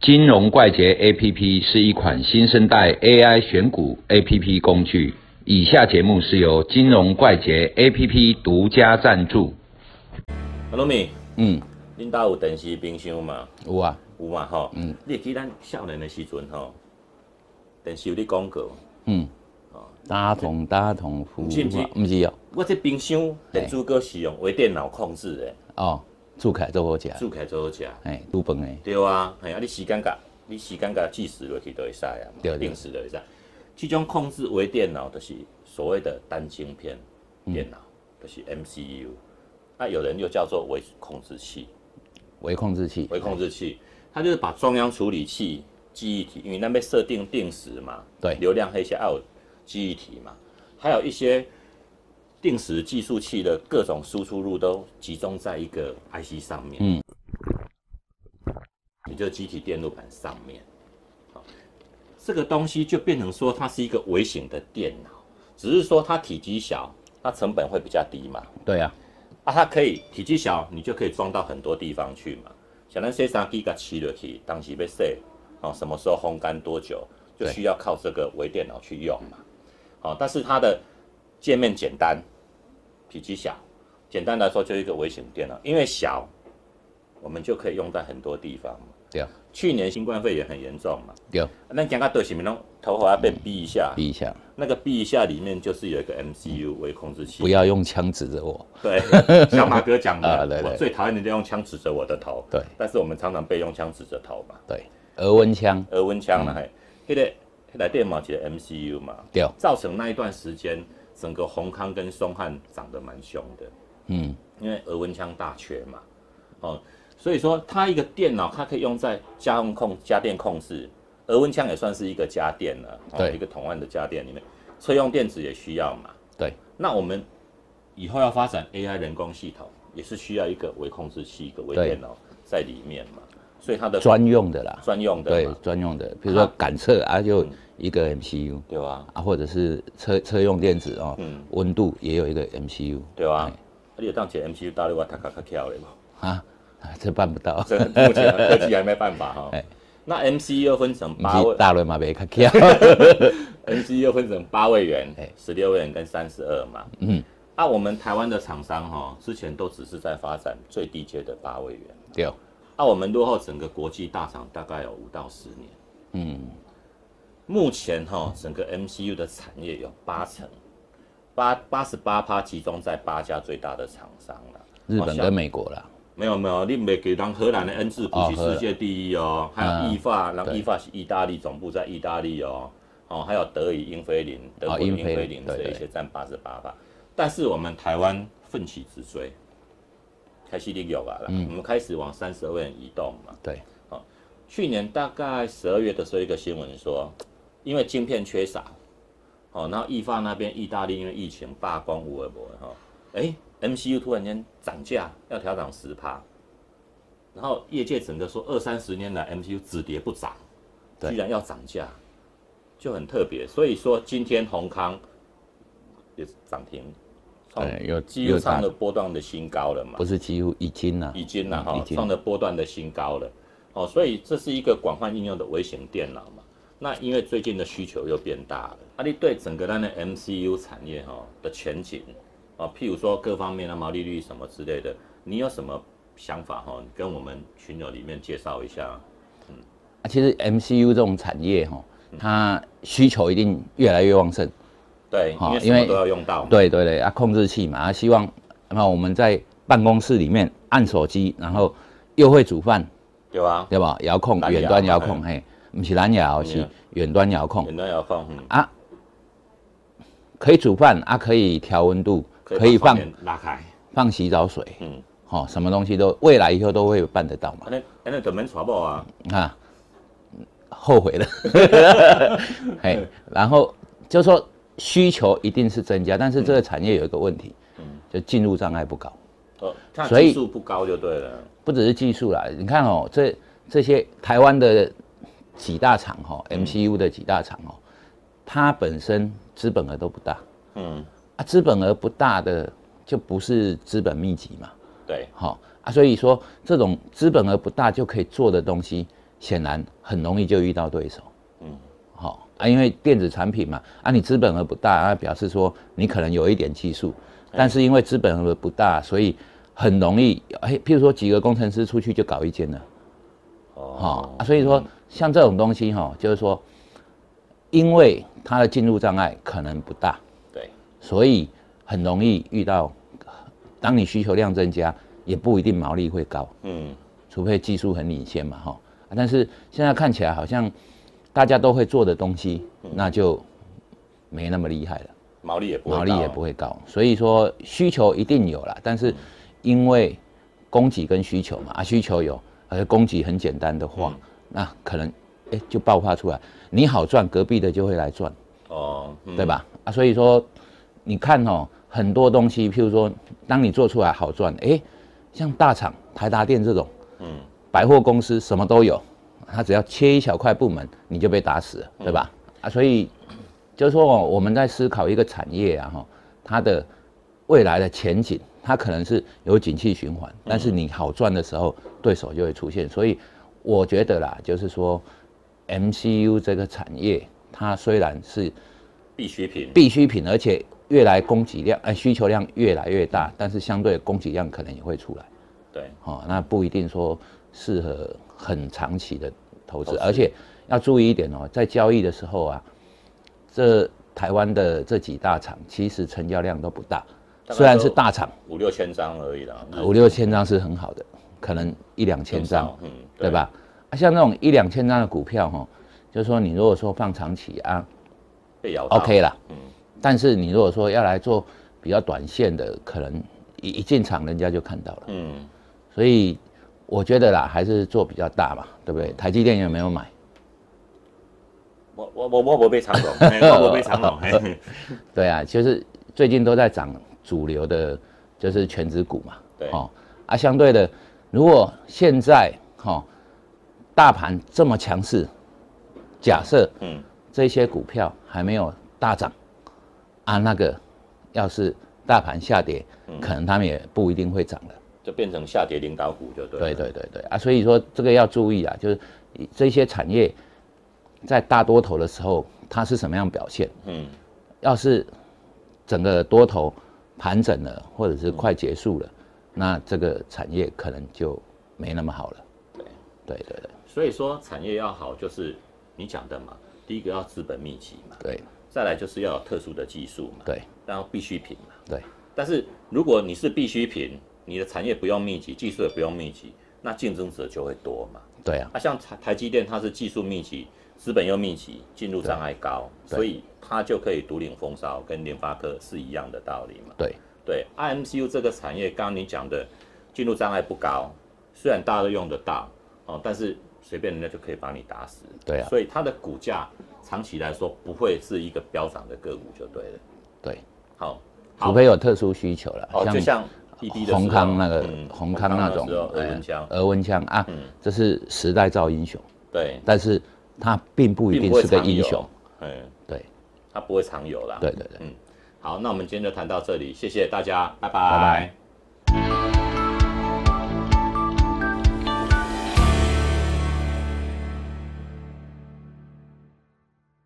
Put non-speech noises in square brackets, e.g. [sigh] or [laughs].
金融怪杰 APP 是一款新生代 AI 选股 APP 工具。以下节目是由金融怪杰 APP 独家赞助。阿罗米，嗯，啊恁兜有电视冰箱嘛？有啊，有嘛吼？嗯，你会记咱少年的时阵吼，电视有咧广告，嗯，大同大同服务不是不是嘛，不是哦，我这冰箱电子哥是用微电脑控制的，哦，煮起来做好食，煮起来最好食。哎，煮饭诶，对啊，嘿啊，你时间甲你时间甲计时落去都会使啊嘛，对对定时都会使。这种控制微电脑就是所谓的单晶片电脑，嗯就是 MCU，那、啊有人又叫做微控制器。微控制器，微控制器，它就是把中央处理器记忆体，因为那边设定定时嘛，对流量黑箱还有记忆体嘛，还有一些定时计数器的各种输出入都集中在一个 IC 上面，嗯，也就是机体电路板上面，好这个东西就变成说它是一个微型的电脑，只是说它体积小，它成本会比较低嘛，对啊，啊，它可以体积小，你就可以装到很多地方去嘛。像咱洗衫机给切落去，当时要洗，哦，什么时候烘干多久，就对需要靠这个微电脑去用嘛。好、但是它的界面简单，体积小，简单来说就是一个微型电脑，因为小，我们就可以用在很多地方嘛。对啊，去年新冠肺炎很严重嘛，对，那讲到对什么呢？头发要被逼一下，比一下，那个逼一下里面就是有一个 MCU 微控制器不。要用枪指着我，对，小马哥讲的， [laughs] 啊对对我最讨厌人家用枪指着我的头。对但是我们常常被用枪指着头嘛，对，额温枪，额温枪呢，嘿，那个那台电脑其实 MCU 嘛，嗯对，造成那一段时间整个宏康跟松汉涨得蛮凶的，嗯，因为额温枪大缺嘛，哦，所以说它一个电脑它可以用在家用控家电控制，额温枪也算是一个家电了，哦对一个同案的家电里面，车用电子也需要嘛，对，那我们以后要发展 AI 人工系统，也是需要一个微控制器、一个微对电脑在里面嘛，所以它的专用的啦，专用的对嘛，，嗯专用的，比如说感测啊，就一个 MCU 对吧？啊，或者是车车用电子哦嗯，温度也有一个 MCU 对吧？啊你有当前 MCU 大陆啊，它卡卡跳嘞 [laughs] 嘛，啊，啊这办不到。这 [laughs] 目前啊科技还没办法哈哎。那 MCU 又分成不八位是大轮嘛，别客气 [laughs] 啊。 ，MCU 又分成八位元哎、十六位元跟三十二嘛。嗯，那、我们台湾的厂商哈，之前都只是在发展最低阶的八位元，对，那、我们落后整个国际大厂大概有五到十年。嗯，目前哈、整个 MCU 的产业有八成，八八十八趴集中在八家最大的厂商了。日本好跟像美国啦，没有没有，你没给当荷兰的恩智浦哦是荷兰世界第一哦，还嗯有意法，然后对意法是意大利总部在意大利哦，哦，还有德语英菲林、德国的哦英英菲林菲林对这对一些占八十八趴，但是我们台湾奋起直追，开始利有啊啦，嗯我们开始往三十位移动嘛。对，去年大概十二月的时候，一个新闻说，因为晶片缺少，哦，然后意法那边意大利因为疫情罢工无尔博哈，哎、m c u 突然间涨价，要调涨十趴，然后业界整个说二三十年来 MCU 只跌不涨，对居然要涨价，就很特别。所以说今天宏康也是涨停，创对有几乎有创哎涨了波段的新高了嘛。不是几乎已经啦，已经了嗯哈已，经创了波段的新高了。哦，所以这是一个广泛应用的微型电脑嘛。那因为最近的需求又变大了，啊，你对整个咱的 MCU 产业哈、的前景啊、哦，譬如说各方面的毛利率什么之类的，你有什么想法哈、你跟我们群友里面介绍一下。啊，其实 MCU 这种产业哈，嗯它需求一定越来越旺盛。对，因好为什因为么都要用到嘛。对对对，啊，控制器嘛，啊，希望那我们在办公室里面按手机，然后又会煮饭，对吧？对吧？遥控蓝牙远端遥控，嘿，不是哎蓝牙哦，嗯是远端遥控，远端遥控，嗯，可以煮饭啊，可以调温度，可以把窗放帘拉开，放洗澡水，嗯，哦，什么东西都未来以后都会办得到嘛。啊那那怎么传播啊？啊，后悔了， [laughs] 嘿，然后就说需求一定是增加，但是这个产业有一个问题，就进入障碍不高，哦，它所以技术不高就对了，不只是技术啦，你看哦，这这些台湾的几大厂哈、哦、，MCU 的几大厂哦，它本身资本额都不大嗯，啊，资本额不大的就不是资本密集嘛，对，好、啊，所以说这种资本额不大就可以做的东西，显然很容易就遇到对手。嗯，好、啊，因为电子产品嘛，啊，你资本额不大，啊，表示说你可能有一点技术，但是因为资本额不大，所以很容易，哎、譬如说几个工程师出去就搞一间了。哦哈、啊所以说像这种东西哈、就是说，因为它的进入障碍可能不大，对，所以很容易遇到，当你需求量增加，也不一定毛利会高，嗯，除非技术很领先嘛哈、啊但是现在看起来好像大家都会做的东西，那就没那么厉害了，毛利也嗯不会毛利高啊嗯也不会高，所以说需求一定有啦，但是因为供给跟需求嘛，啊需求有，而供给很简单的话，嗯那可能哎、诶就爆发出来，你好赚，隔壁的就会来赚。哦，嗯对吧？啊，所以说你看哦，很多东西，譬如说，当你做出来好赚，诶，像大厂台达电这种，嗯，百货公司什么都有，它只要切一小块部门，你就被打死了，对吧？嗯啊，所以就是说、哦，我们在思考一个产业啊，哈，它的未来的前景，它可能是有景气循环，嗯但是你好赚的时候，对手就会出现，所以我觉得啦，就是说，MCU 这个产业，它虽然是必需品，必需品，而且越来供给量呃需求量越来越大，但是相对的供给量可能也会出来对，哦，那不一定说适合很长期的投投资资，而且要注意一点哦，在交易的时候啊，这台湾的这几大厂其实成交量都不大，大概虽然都是大厂，呃五六千张而已啦，日五六千张是很好的，可能一两千更张少，，嗯，对？吧？啊，像那种一两千张的股票哈、哦，就是说你如果说放长期啊被咬到，OK 啦，嗯，但是你如果说要来做比较短线的，可能一一进场人家就看到了，嗯，所以我觉得啦，还是做比较大嘛，对嗯不对？台积电有没有买？我我我我我被长 [laughs] 龙，嘿我我被长龙，嘿对啊，就是最近都在涨主流的，就是全指股嘛。对，哦，啊，相对的，如果现在哦，大盘这么强势，假设嗯，这些股票还没有大涨，啊，那个要是大盘下跌，可能他们也不一定会涨了。就变成下跌领导股就对，对，对对对啊，所以说这个要注意啊，就是这些产业在大多头的时候，它是什么样表现？嗯，要是整个多头盘整了，或者是快结束了，那这个产业可能就没那么好了。对对对所以说产业要好，就是你讲的嘛，第一个要资本密集嘛，对再来就是要有特殊的技术嘛，对然后必需品嘛，对。但是如果你是必需品，你的产业不用密集，技术也不用密集，那竞争者就会多嘛。对啊，那、像台台积电，它是技术密集，资本又密集，进入障碍高，对所以它就可以独领风骚，跟联发科是一样的道理嘛。对对，IMCU 这个产业，刚刚你讲的进入障碍不高，虽然大家都用得到哦，但是随便人家就可以把你打死。对啊所以它的股价长期来说不会是一个飙涨的个股就对了。对，好，好除非有特殊需求了，哦，就像 ED 的宏时候康那个嗯宏康那种哎时候耳温枪，嗯额温枪啊，这是时代造英雄，对，但是它并不一并定不会是个常英有雄。，嗯，对它不会常有啦。对对对。好，那我们今天就谈到这里，谢谢大家，拜拜拜